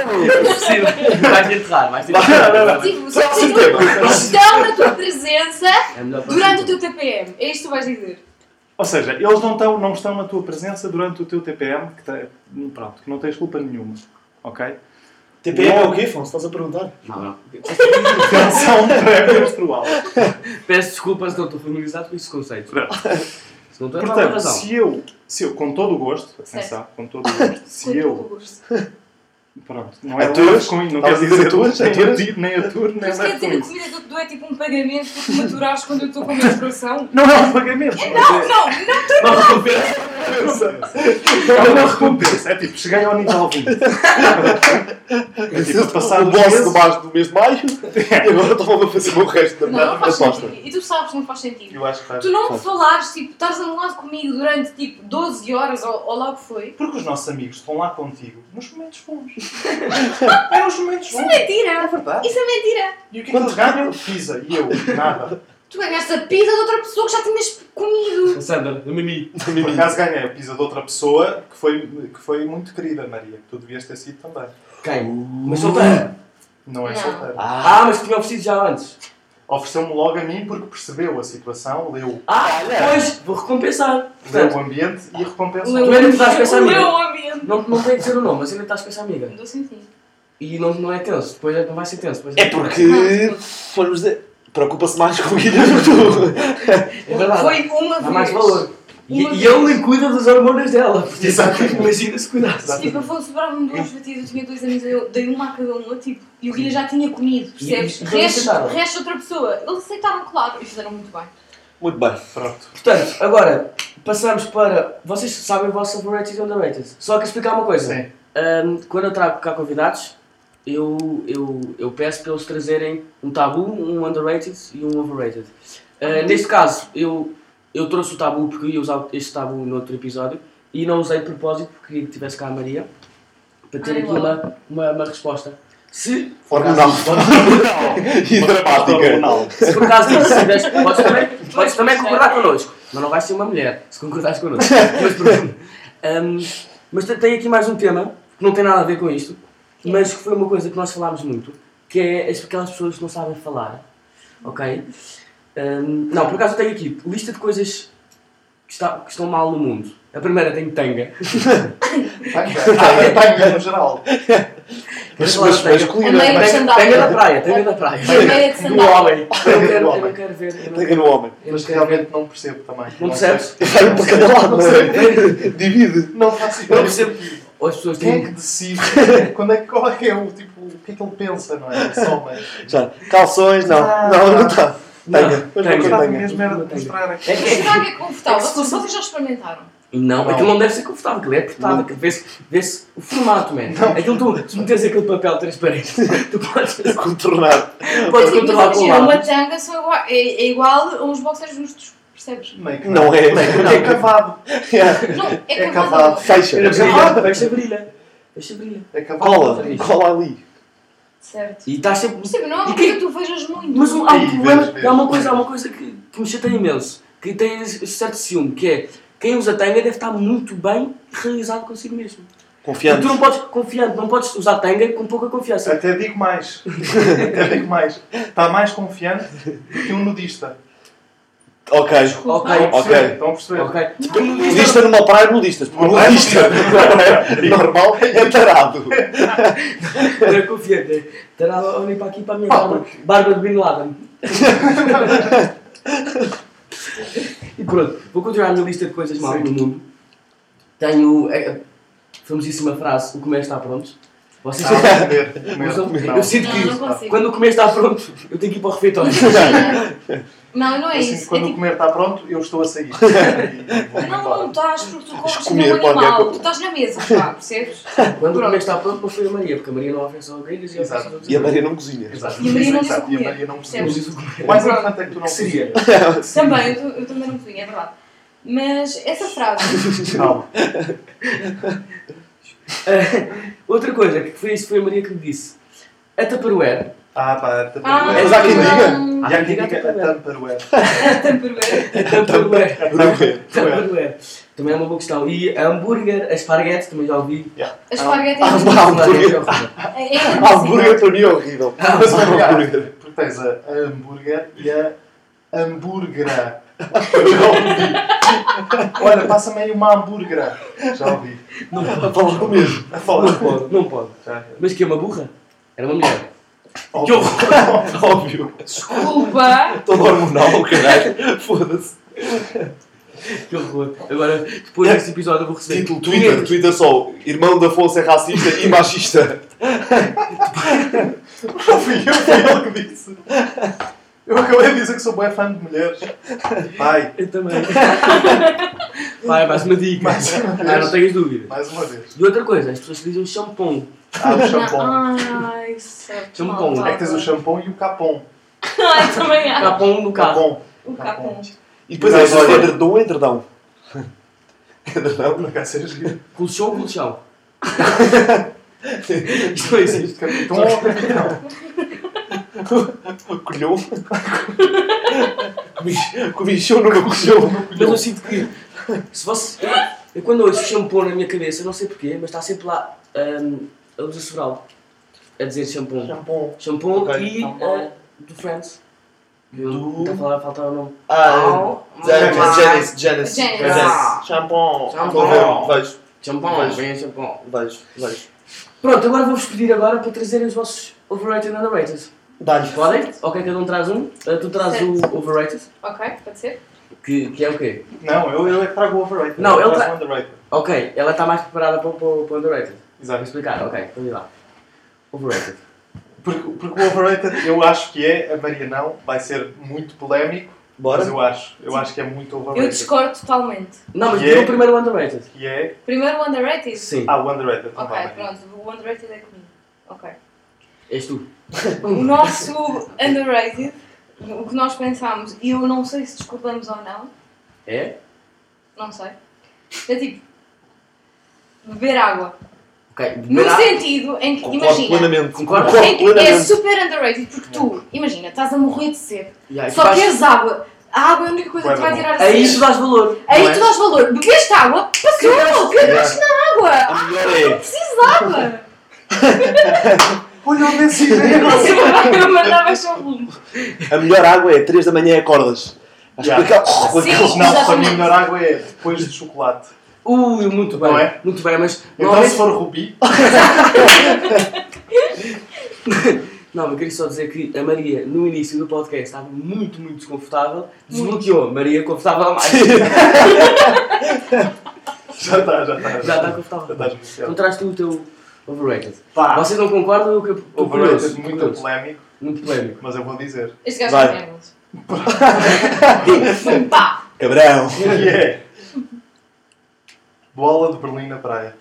Vais enterrar, vais Não, não, enterrar. não. Tipo, Próximo estão- tema. estão na tua presença É melhor para durante o sempre. teu TPM. É isto que tu vais dizer. Ou seja, eles não estão, não estão na tua presença durante o teu TPM, que, te- pronto, que não tens culpa nenhuma. Ok? TPM é o quê, Afonso? Estás a perguntar? Não, não. Tensão pré-menstrual. Peço desculpa se não estou familiarizado com esse conceito. Pronto. Se não estou, é por Portanto, razão. se eu, se eu, com todo o gosto, atenção, com todo o gosto, se eu, Mas pronto, não é Atuas? leve com isso, não quer Estavas a dizer dizer atuas? nem Atuas? atiro, nem aturo, nem quer leve com dizer que a isso. comida do Dudu é tipo um pagamento para tu maturares quando eu estou com a menstruação? Não é um pagamento. Não, [laughs] não, não. Não, não, pera. É uma recompensa. É tipo, cheguei ao nível 20. É tipo, passado o boss do os meses... baixo do mês de maio e agora estão a fazer o resto da Não, não faz aposta. sentido. E tu sabes que não faz sentido. Eu acho que faz. Tu não me falares, tipo, estás a um lado comigo durante tipo 12 horas ou, ou lá o que foi. Porque os nossos amigos estão lá contigo nos momentos bons. É os momentos bons. Mentira! verdade. Isso é mentira! E o que é que eles ganham? Pisa. E eu? Nada. Tu ganhaste a pizza de outra pessoa que já tinhas comido! Sandra, a Mimi. Por acaso ganhei a pisa de outra pessoa que foi, que foi muito querida, Maria. que Tu devias ter sido também. Quem? Mas solteira. Não é Não. solteira. Ah, mas que tinha oferecido já antes. Ofereceu-me logo a mim porque percebeu a situação, leu, Ah, É. pois, vou recompensar. leu Portanto, o ambiente e recompensou. Tu é ainda estás com essa o amiga? meu ambiente! não, não tem que ser o nome, mas ainda estás com essa amiga. Não dou sentido. E não, não é tenso, depois é- não vai ser tenso. depois É porque, formos dizer, preocupa-se mais com o Guilherme do que tu. É verdade. Foi uma vez. Dá mais valor. E, Uma e vez. ele nem cuida das hormonas dela. Porque Exatamente. imagina se cuidasse. Tipo, eu fui sobravam duas fatias, eu tinha dois amigos, eu dei uma a cada uma, tipo, e o Guilherme já tinha comido, percebes? E- e eles Resta aceitaram? resta outra pessoa. Eles aceitaram, claro, e fizeram muito bem. Muito bem. Pronto. Portanto, agora, passamos para. Vocês sabem o vosso overrated e underrated. Só que explicar uma coisa. Sim. Ahm, quando eu trago cá convidados, eu, eu, eu peço para eles trazerem um tabu, um underrated e um overrated. Ah, neste caso, eu, eu trouxe o tabu porque eu ia usar este tabu no outro episódio e não usei de propósito porque queria que tivesse cá a Maria para ter Ai, aqui boa. uma, uma, uma resposta. Se Hormonal. E dramática. Hormonal. Se por acaso disso, se tiveres- podes também, podes também concordar connosco. Mas não vais ser uma mulher, se concordares connosco. Mas, pronto. Ahm, mas tem aqui mais um tema que não tem nada a ver com isto, mas que foi uma coisa que nós falámos muito, que é as- aquelas pessoas que não sabem falar, ok? Hum, não, por acaso eu tenho aqui lista de coisas que, está- que estão mal no mundo. A primeira tem tanga. Tanga, tanga no geral. Mas, mas, Vamos lá, mas tanga. colina. Também- mas- Tanga, tanga da praia, tanga da praia. Tem meia de Do sandália. homem. Eu não Tanga quero, do eu não homem. quero ver. Eu não Pega quero, no homem. eu Mas não quero ver. realmente não percebo também. Não sei. percebes? Vai para cada lado, não é? Divide. Não faço Eu ideia. não percebo. Ou as pessoas Quem é têm. que decide? Quando é que, qual é que é o tipo. O que é que ele pensa, não é? Só, mas. Já. Calções, não. Ah. Não, não está. Não, Tanga. Mas tanga. não é Gostava tanga. mesmo era de mostrar aqui. É Mas que- será que é confortável? É que se fosse- Vocês já experimentaram? Não, aquilo não deve ser confortável, aquilo é apertado, aquilo vê-se vê-se o formato, man. Aquilo tu, se meteres aquele papel transparente, [laughs] tu podes, Contornar. podes Sim, controlar mas com o Assim, imagina, é lado. [laughs] Uma tanga são igua- é, é igual a uns boxers justos, percebes? Meio que Não é. Não, é cavado. Yeah. Não, é É cavado. cavado. Fecha. Brilha, deixa brilha, deixa brilha. É cavado. Cola. Cola ali. Certo. E estás sempre... Percebe, não é E quem- uma coisa que tu vejas muito. Mas um, há Aí, um vês, vês. problema, há uma coisa, há uma coisa que, que me chateia imenso, que tem esse certo ciúme, que é, quem usa tanga deve estar muito bem realizado consigo mesmo. E Confiante. tu não podes, confiante, não podes usar tanga com pouca confiança. Até digo mais. Até digo mais. Está mais confiante do que um nudista. Ok. Ok, Estão a Ok. perceber? Estão a perceber? ok. Tipo, Nudista numa praia, nudistas. Porque Numa nudista não é [laughs] normal, é tarado. Era confiante. Estará a olhar para aqui para a minha barba. Barba de Bin Laden. e pronto, vou continuar a minha lista de coisas mal Sim. no mundo. Tenho é, a famosíssima frase: o comer está pronto. Vocês Está [laughs] a perceber? Mas eu- Não. eu sinto Não, que não consigo. quando o comer está pronto, eu tenho que ir para o refeitório. Não, não é Eu sinto que isso. quando o É tipo, comer está pronto, eu estou a sair. [laughs] E vou-me não, embora. não estás porque tu comes como comer um qualquer animal. coisa. Tu estás na mesa, pá, percebes? Quando o comer está pronto, não foi a Maria, porque a Maria não oferece ao grelhas e eu Exato. ofereço aos E a outros. Maria não cozinha. Exato. E a Maria não Exato, disse e a o Maria não comer. percebeu. Mas isso o Quais comer- importante é que tu não Seria. cozinhas? Também, eu, eu também não cozinho, é verdade. Mas essa frase, Calma. Outra coisa, que foi isso foi a Maria que me disse: a Tupperware. Ah, pá, ah, Mas há quem não, E há quem diga é a Tupperware. Tupperware. A Tupperware. É Uruguai. Tupperware. Também é uma boa questão. E hambúrguer, a esparguete, também já ouvi. A esparguete é Ah, horrível. pá, hambúrguer. É- é Ah, horrível. hambúrguer para mim é horrível. Mas é um hambúrguer. Porque tens a hambúrguer e a hambúrguera. [laughs] Olha, passa-me aí uma hambúrguera. Já ouvi. Não pode. A falar do mesmo. Ah, A falar. Não pode. Já. Mas que é uma burra? Era uma mulher. Que Óbvio. horror! Óbvio. Desculpa. Todo hormonal, caralho. Foda-se. Que horror. Agora, depois deste episódio, eu vou receber. um Título Tipo, Twitter. Twitter só. Irmão da Afonso é racista e machista. Não fui eu, foi ele que disse. Eu acabei de dizer que sou bem fã de mulheres. Pai, Eu [laughs] também. Vai, mais uma dica. Mais uma Ah, vez. não tenhas dúvida. mais uma vez. E outra coisa, as pessoas utilizam shampoo. Ah, o Tá champão. Ai, isso é Champão. mal, É que tens o champão e o capão. Ai, Tá também há. Capão no carro. Capão. O capão. [laughs] E depois é Mas isso. olha- Edredom é edredão. [laughs] Edredão. Por acaso é giro. Colchão ou [laughs] colchão? Isto não existe. Capitão ou capitão? [laughs] Colhão. Comi- Comi chão numa colhão. Mas eu sinto que. Se você. Eu, eu quando ouço shampoo na minha cabeça, eu não sei porquê, mas está sempre lá ahm, a Lusa Sobral a dizer shampoo. Champão. Shampoo Ok, e então, eh, do Friends. Do- Está a falar, faltava o nome. Ah, Janice. Janice. Janice. Champão. Estou Shampoo. a ver. Vejo. Champão, vem shampoo. Vejo. Vejo. Pronto, agora vou-vos pedir agora para trazerem os vossos overrated e underrated. Dá-lhe. Podem? Ok, cada um traz um. Eh, tu traz o overrated, Ok, Tá pode ser? que, que é o quê? Não, eu, eu é que trago o overrated. Não, eu ele trago o underrated. Ok, ela está mais preparada para, o- para, o- para o underrated. Vou Exato. explicar, ok, vamos lá. Overrated. Porque, porque o overrated, eu acho que é, a Maria não, vai ser muito polémico, Bora. mas eu acho, eu acho que é muito Eu overrated. discordo totalmente. Não, mas Que é- diga o primeiro underrated. Que é, Primeiro o underrated? Sim, ah, o underrated Ok, também. pronto, o underrated é comigo. Ok. és tu. Hum. O nosso underrated, o que nós pensámos, e eu não sei se discordamos ou não, É? não sei. É tipo. Beber água. Ok, No beberá. sentido em que, Concordo imagina, plenamente. Concordo. Concordo em que é plenamente. Hum. super underrated, porque tu, imagina, estás a morrer de sede, Yeah, e tu só vais- queres água, A água é a única coisa Bué que te vai bom. tirar a Aí sede. tu dás valor. Aí não é? tu dás valor. Bebeste água? Passou! Cagaste na água! A Ah, melhor é. precisava! Olha onde esse ideia! é Eu mandava só rumo. A melhor água é 3 da manhã e acordas. Acho Yeah. que aquela- com Sim. aquele- Não, para mim Exatamente. a melhor água é depois de chocolate. Ui, muito bem. Não é? Muito bem, mas. é- Então normalmente- se for rubi, [laughs] Não, eu queria só dizer que a Maria, no início do podcast, estava muito, muito desconfortável. Desbloqueou. Maria, confortável a mais. já está, já está. Já está Já confortável. estás muito Então certo. traz tu o teu overrated. Pá, Vocês não concordam? Eu que eu- tô overrated, curioso, muito curioso. polémico, Muito polémico. mas eu vou dizer. Este gajo Vai. é merdas. Pá! Oh, Cabrão. Que é? Bola de Berlim na praia.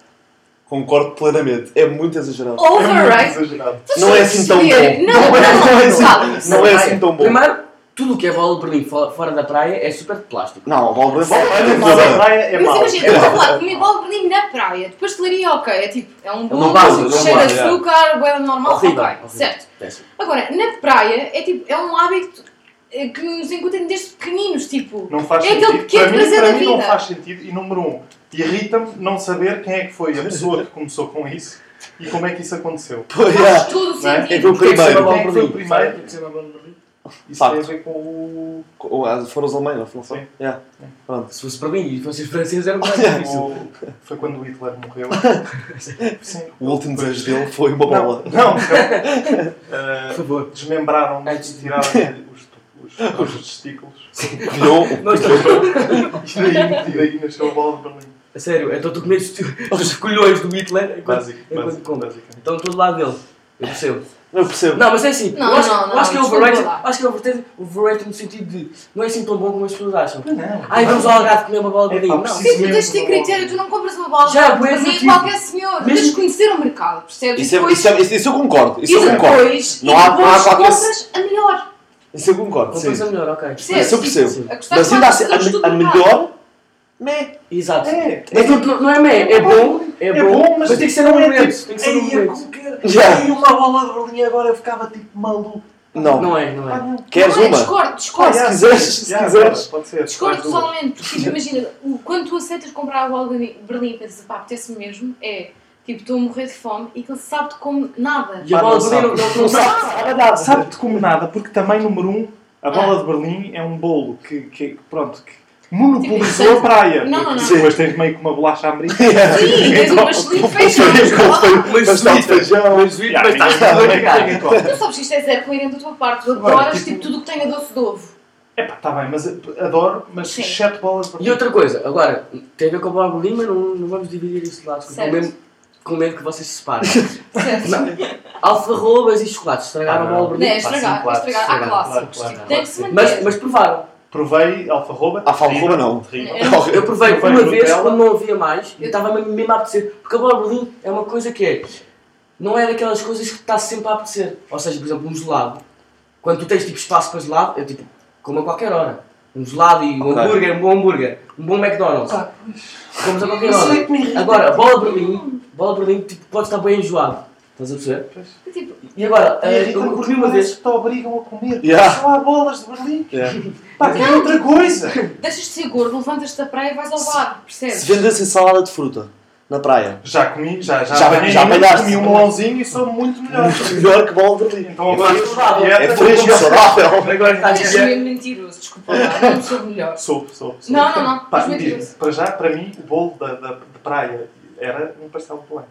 Concordo plenamente. É muito Oh. exagerado. É muito Overrated! exagerado. Tu Não é assim tão perceber. bom. Não, não, Não é- não é não, assim- calma-se. Não é Praia. assim tão bom. Primeiro, tudo o que é bola de Berlim fo- fora da praia é super de plástico. Não, bola Olha, bola na de praia é Mas mau. imagina, É estás a mau. falar comigo ao Berlim na praia, depois te leria ok, é tipo, é um bolo, basta, não cheio de basta, açúcar, boeda normal, Horrível, ok, horrível. certo. Péssimo. Agora, na praia, é tipo, é um hábito eh, que nos incutem desde pequeninos, tipo, Não faz é aquele sentido. pequeno para mim, prazer para da mim vida. não faz sentido. E número um, irrita-me não saber quem é que foi a pessoa que começou com isso e como é que isso aconteceu. [laughs] faz praia. todo o Não é? sentido. o Quem é que se chama primeiro. bola de Quem foi o Berlim? primeiro? Sabe quem é que se chama bola de Berlim? Isso Facto. tem a ver com o... Ou, ah, Foram os alemães, não foram só. Sim. Yeah. Pronto. Se fosse para mim e fossem os franceses era mais difícil. com o- Foi quando o Hitler morreu. Sim. O último desejo dele foi uma Não, não. bola. [laughs] não. Por Ah, favor. desmembraram Antes de- tiraram-lhe os, os, os testículos Virou Nós estamos... e daí, e daí nasceu a bola de Berlim. A Sério, então tu comeste os colhões do Hitler enquanto, Básico, enquanto básico, compras. basicamente. Então todo lado dele. Eu percebo. Eu percebo. Não, mas é assim. Não, eu acho, não, não, eu acho que é desculpa overrated. lá. Acho que é overrated, overrated no sentido de não é assim tão bom como as pessoas acham. Não. Ai, vamos ao Algarve comer uma bola de É, galinha. pá, Não. preciso- Sim, tu tens de ter é? critério, tu não compras uma bola Já, de bué, Berlim tipo, a qualquer senhor, tens de mesmo- conhecer o mercado, percebes? Isso, é, e depois, isso, é, isso, isso eu concordo. Isso e eu concordo. depois, Não e há- não há depois qualquer- compras a melhor, Isso eu concordo. Uma coisa Sim. melhor, ok. percebes? Isso eu percebo. Tipo, a gostar Mas de ainda mais assim, coisas do a, a mercado. melhor. Meh. Exato. É. Mas não, não não é meh, é bom, é É bom, bom, mas, mas tem que ser no não é momento. tipo- Tem que ser no Ei, é momento. Já. E uma bola de Berlim agora eu ficava tipo maluco. Não. Não é, não Ah, é. não. Queres Não é, uma? Discordo, Ah, discordo. se Yeah, quiseres, sim. se Yeah, quiseres. Pode ser. Discordo faz um- uma. totalmente, porque tipo, imagina, o, quando tu aceitas comprar algo de Berlim e pensas, pá, apetece-me mesmo, é tipo, estou a morrer de fome e que ele sabe de como nada. E a Ah, bola não de Berlim não- não não sabe. Ah, Sabe-te como nada, porque também, número um, a Ah. bola de Berlim é um bolo que, que pronto, que monopolizou a praia. Não, não, não. Sim. Depois tens meio que uma [laughs] bolacha à americana. Sim, tens um pastelinho de feijão. Mas Pastel de frita. feijão. Mas vi- mas tá, estás ninguém- a ninguém- brincar. ninguém come. Tu sabes que isto é zero coerente da tua parte, tu Agora, adoras tipo- tipo tudo o que tenha doce de ovo. Epá, tá bem, mas adoro, mas Sim. exceto bolas de Berlim. E outra coisa, agora, tem a ver com a bola de Berlim, mas não, não vamos dividir isto lá, porque com Certo. medo, com medo que vocês se separem. [laughs] Certo? Não. Alfarrobas e chocolates estragaram Ah, a bola de Não, é Berlim. estragar, é claro, estragar. Há claro, clássicos. claro, tipo, claro. Tem que se Mas, manter. mas provaram. Provei alfarroba. Alfarroba terrível, não. terrível. É. Eu provei Não foi uma no vez Nutella? quando não havia mais e Eu- estava mesmo mesmo a apetecer. Porque a bola de Berlim é uma coisa que é. Não é daquelas coisas que está sempre a apetecer. Ou seja, por exemplo, um gelado. Quando tu tens tipo espaço para gelado, eu tipo, como a qualquer hora. Um gelado e um Ok. hambúrguer, um bom hambúrguer, um bom McDonald's. Ah, Comes a qualquer Isso hora. é que me irrita. Agora, a bola de Berlim, a bola de Berlim tipo, pode estar bem enjoado. Estás a perceber? Tipo, E agora, E eh, irrita-me eu porque comi uma parece vez. que te obrigam a comer. [laughs] Yeah. Só há bolas de Berlim. Yeah. Pá, tem outra coisa. deixas de ser gordo, levantas-te da praia e vais ao bar, Se percebes? vendessem salada de fruta na praia, Já comi, já, já, Já- apanhei já ainda, apanhaste. comi um melãozinho e sou muito melhor. melhor que bola de Berlim. Então É agora estou na saudável. dieta. É fresco, saudável. [laughs] Agora está a Deixas dieta. mesmo mentiroso, desculpa lá, não sou melhor. Sou, sou, sou. Tá. Não, não, não, Pá, és me diz, mentiroso. para já, para mim, o bolo da, da, de praia era um pastel de Belém.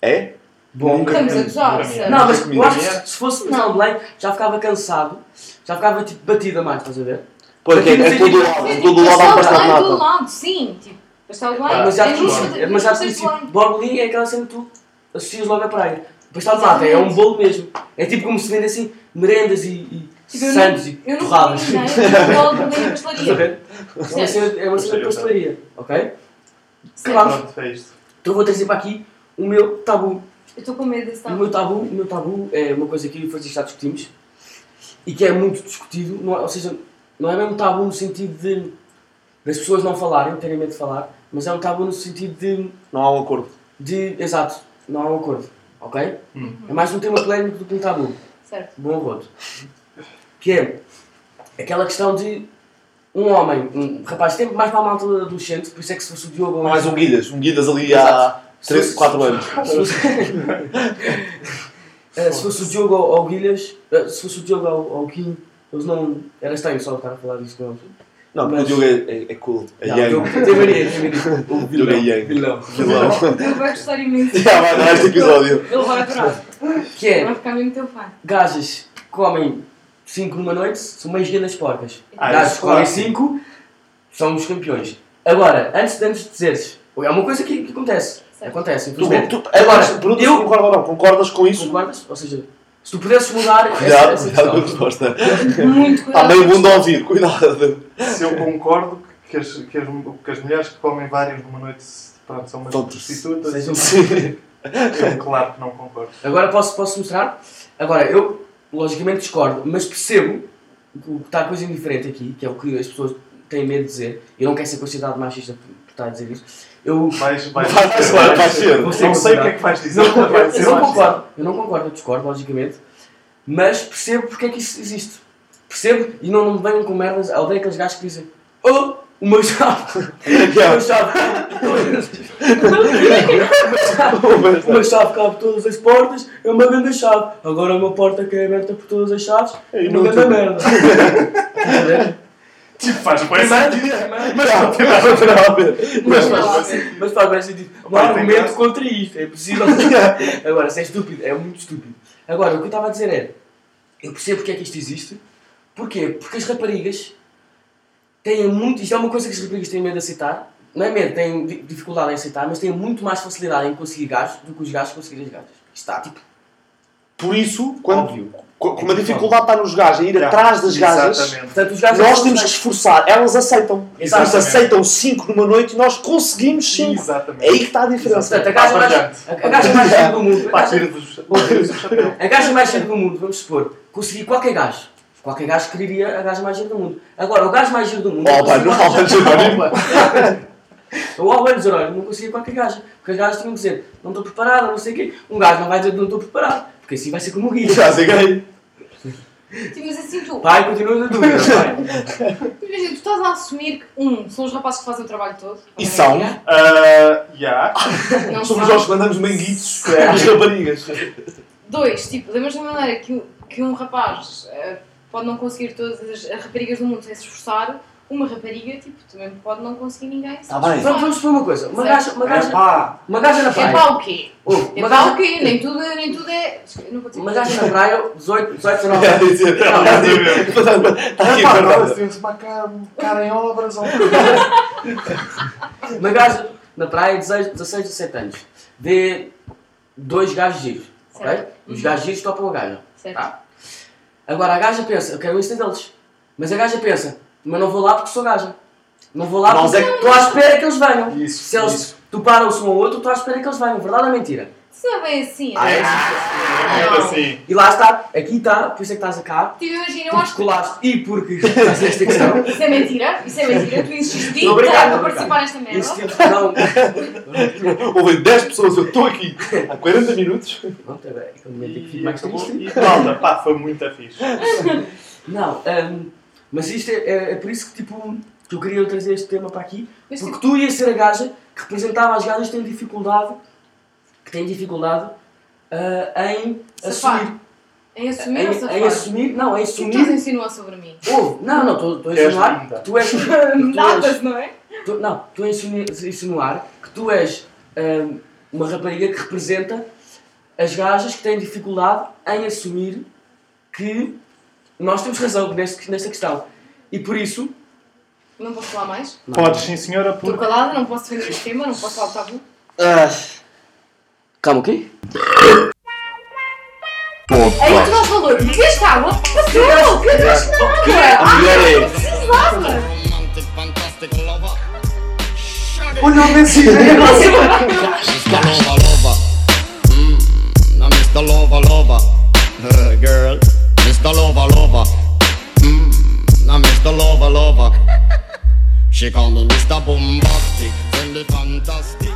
É? Bom, Nunca Estamos a comi, gozar, para mim. sério. Não, mas eu acho Comida. que se fosse não bem, já ficava cansado, já ficava tipo batida mais, estás a ver? Porque é, é Mas todo eu lado, Sim, é todo lado há um pastel de Pastel de lado, nata. sim. Tipo, pastel de Ah, lado. mas já te é disse, isso, mas já te disse, Borbolí é aquela cena que tu associas logo à praia. Pastel de mata é um bolo mesmo. É tipo como se vende assim merendas e, e sandes e Tipo, Eu não torradas. comi ninguém, eu não comi Estás a pastelaria. ver? É uma cena- É uma cena de pastelaria, ok? Sério, Claro. Pronto, é isto. Então eu vou trazer para aqui o meu tabu. Eu estou com medo desse O tal. meu tabu, o meu tabu é uma coisa que eu e o Francisco já discutimos e que é muito discutido, não é- ou seja, não é mesmo tabu no sentido de das pessoas não falarem, terem medo de falar, mas é um tabu no sentido de, Não há um acordo. de exato, não há um acordo, ok? Hum. É mais um tema polémico do que um tabu, Certo. bom rodo. Que é aquela questão de um homem, um rapaz, tem mais para a malta adolescente, por isso é que se fosse o Diogo ou Mais um Guidas, um Guidas ali há Exato. 3, 4 anos. Se fosse, Eh, se fosse o Diogo ou ou o Guilhas, eh, se fosse o Diogo ou ou o Kim, eles não. Era estranho só estar a falar disso com eles. Não, porque o Mas- Diogo é, é, é cool, é Não, young. o [laughs] Diogo- tem mania, tem mania. O Diogo é young. vilão. Vilão. Ele vai gostar imenso. Já vai dar este episódio. Ele vai adorar. Que Ele é vai ficar mesmo teu fã. gajas que comem 5 numa noite, são meias grandes porcas. Ah, é gajas isso, que comem claro. 5 são os campeões. Agora, antes, antes de dizeres, é uma coisa que, que acontece. Certo. Acontece, Tu, infelizmente. tu, agora, pergunta eu- se concordas ou não. Concordas com isso? Concordas? Ou seja, se tu pudesses mudar essa- Cuidado, essa cuidado com a questão. resposta. Muito Está cuidado. Tá meio mundo a ouvir, cuidado. Se eu concordo que as, que, as, que as mulheres que comem vários numa noite pronto, são umas Tontas. prostitutas, Sejam- eu claro que não concordo. Agora posso, posso mostrar? Agora, eu logicamente discordo, mas percebo que o que está a coisa indiferente aqui, que é o que as pessoas têm medo de dizer, eu não quero ser considerado machista por, por estar a dizer isto, eu Mas vai, Vai- vai- vai- vai ser. Não sei o que é que vais dizer. [laughs] não, mas vai concordo, ser eu não mais. concordo, eu não concordo, eu discordo, logicamente, mas percebo porque é que isso existe. Percebo e não, não me venham com merdas, eu odeio aqueles gajos que dizem Oh, o meu chave, o é meu chave, [laughs] o meu chave cabe todas as portas, é uma grande chave. Agora uma porta que é aberta por todas as chaves, é uma grande merda. Estás a ver? Tipo, faz bem Primeiro, sentido. primeiro, Mas não, Mas mas assim, não. não. faz mas faz bem sentido. Não há Opa, tem argumento graça. contra isto, é possível. Agora, se é estúpido, é muito estúpido. Agora, o que eu estava a dizer é: eu percebo porque é que isto existe. Porquê? Porque as raparigas têm muito. Isto é uma coisa que as raparigas têm medo de aceitar. Não é medo, têm di- dificuldade em aceitar, mas têm muito mais facilidade em conseguir gajos do que os gajos conseguirem as gajas. Isto está tipo. Por isso, quando, Óbvio. co- como a dificuldade está nos gajos, em ir atrás das gajas, Exatamente. Portanto, os gajos nós temos que esforçar. Elas aceitam. Elas Exatamente. aceitam 5 numa noite e nós conseguimos 5. É aí Exatamente. que está a diferença. Portanto, a gaja mais, Brilhante. a- a gaja mais feia do mundo. a Pá, gaja- tira-vos tira-vos o chapéu. A gaja mais gira do mundo, vamos supor, conseguir qualquer gajo. Qualquer gajo quereria a gaja mais gira do mundo. Agora, o gajo mais gira do mundo. é O Albano, o Albano Jerónimo. O Albano Jerónimo não conseguia qualquer gajo. Porque as gajas tinham que dizer, não estou preparada, não sei o quê. Um gajo não vai dizer, não estou preparado. Porque assim vai ser como o [laughs] Gui. Já sei é. quem. Sim, mas assim tu. Pai, continua na dúvida, pai. Imagina, tu estás a assumir que, um, são os rapazes que fazem o trabalho todo. E são. Ah, já. Não Somos são. nós que mandamos [laughs] manguitos às raparigas. Dois, tipo, da mesma maneira que, o- que um rapaz eh, pode não conseguir todas as, as raparigas do mundo sem se esforçar, uma rapariga, tipo, também pode não conseguir ninguém. Tá bem. Então, Vamos, vamos por uma coisa. Uma Certo. gaja, uma gaja, Epá, uma gaja na É praia. pá o quê? Ouve, É Uma pá o gaja, quê? Nem tudo, nem tudo é. Eu não vou dizer. uma gaja na praia, 18, [laughs] 18, 19 Quer anos. dizer, Está aqui epá, agora. nós temos uma cara, um cara em obras. ou- Uma gaja na praia, 16, 16 17 anos. Vê dois gajos giros, ok? Certo. Os Uhum. gajos giros topam a gaja. Certo. Ah. Tá? Agora a gaja pensa, eu quero o Insta deles. Mas a gaja pensa, mas não vou lá porque sou gaja. Não vou lá Nós é porque que- estou à espera que eles venham. Isso, Se eles isso. toparam-se um ao outro, estou à espera que eles venham. Verdade ou mentira? Se não é bem assim. Ah, é? É muito assim. E lá está, aqui está, por isso é que estás a cá. Tipo, imagina, eu Porque acho que. escolaste e porque fizeste esta [laughs] questão. Isso é mentira, isso é mentira, tu insististe Não, obrigado, para obrigado. participar nesta merda. Esse tipo de [laughs] não. Ouvem 10 pessoas, eu estou aqui há 40 minutos. Não, tá bem, é o momento em que fico E mais acabou. triste. E malta, pá, foi muito fixe. Não, hum, mas isto é, é- é por isso que tipo, que eu queria trazer este tema para aqui, Mas, porque tipo, tu ias ser a gaja que representava as gajas que têm dificuldade, que têm dificuldade ah, em Safar. assumir. em assumir ou Em, em safar? assumir, não, em O que tu estás a assumir. insinuar sobre mim? Ouve, não, não, estou a És insinuar linda. que tu és. [laughs] que tu és Nada, não é? tu, não, estou a insinu- insinuar que tu és hum, uma rapariga que representa as gajas que têm dificuldade em assumir que nós temos razão neste- nesta questão. E por isso Não posso falar mais. Podes, sim, senhora, Estou porque. calada, não posso defender este tema, não posso falar do tabu. Ah, Calma, o quê? Aí tu dás valor. Bebeste água? Passou! Que eu não acho nada! Ah, não precisava! Romantic, fantastic lover. Shut it. Olha o [laughs] Messi. Mr. Lover, lover. Mmm, now Mr. Lover, lover. Uh, girl, Mr. Lover, lover. Mmm, now Mr. Lover, lover. She call me Mr. Bombastic, friendly, fantastic.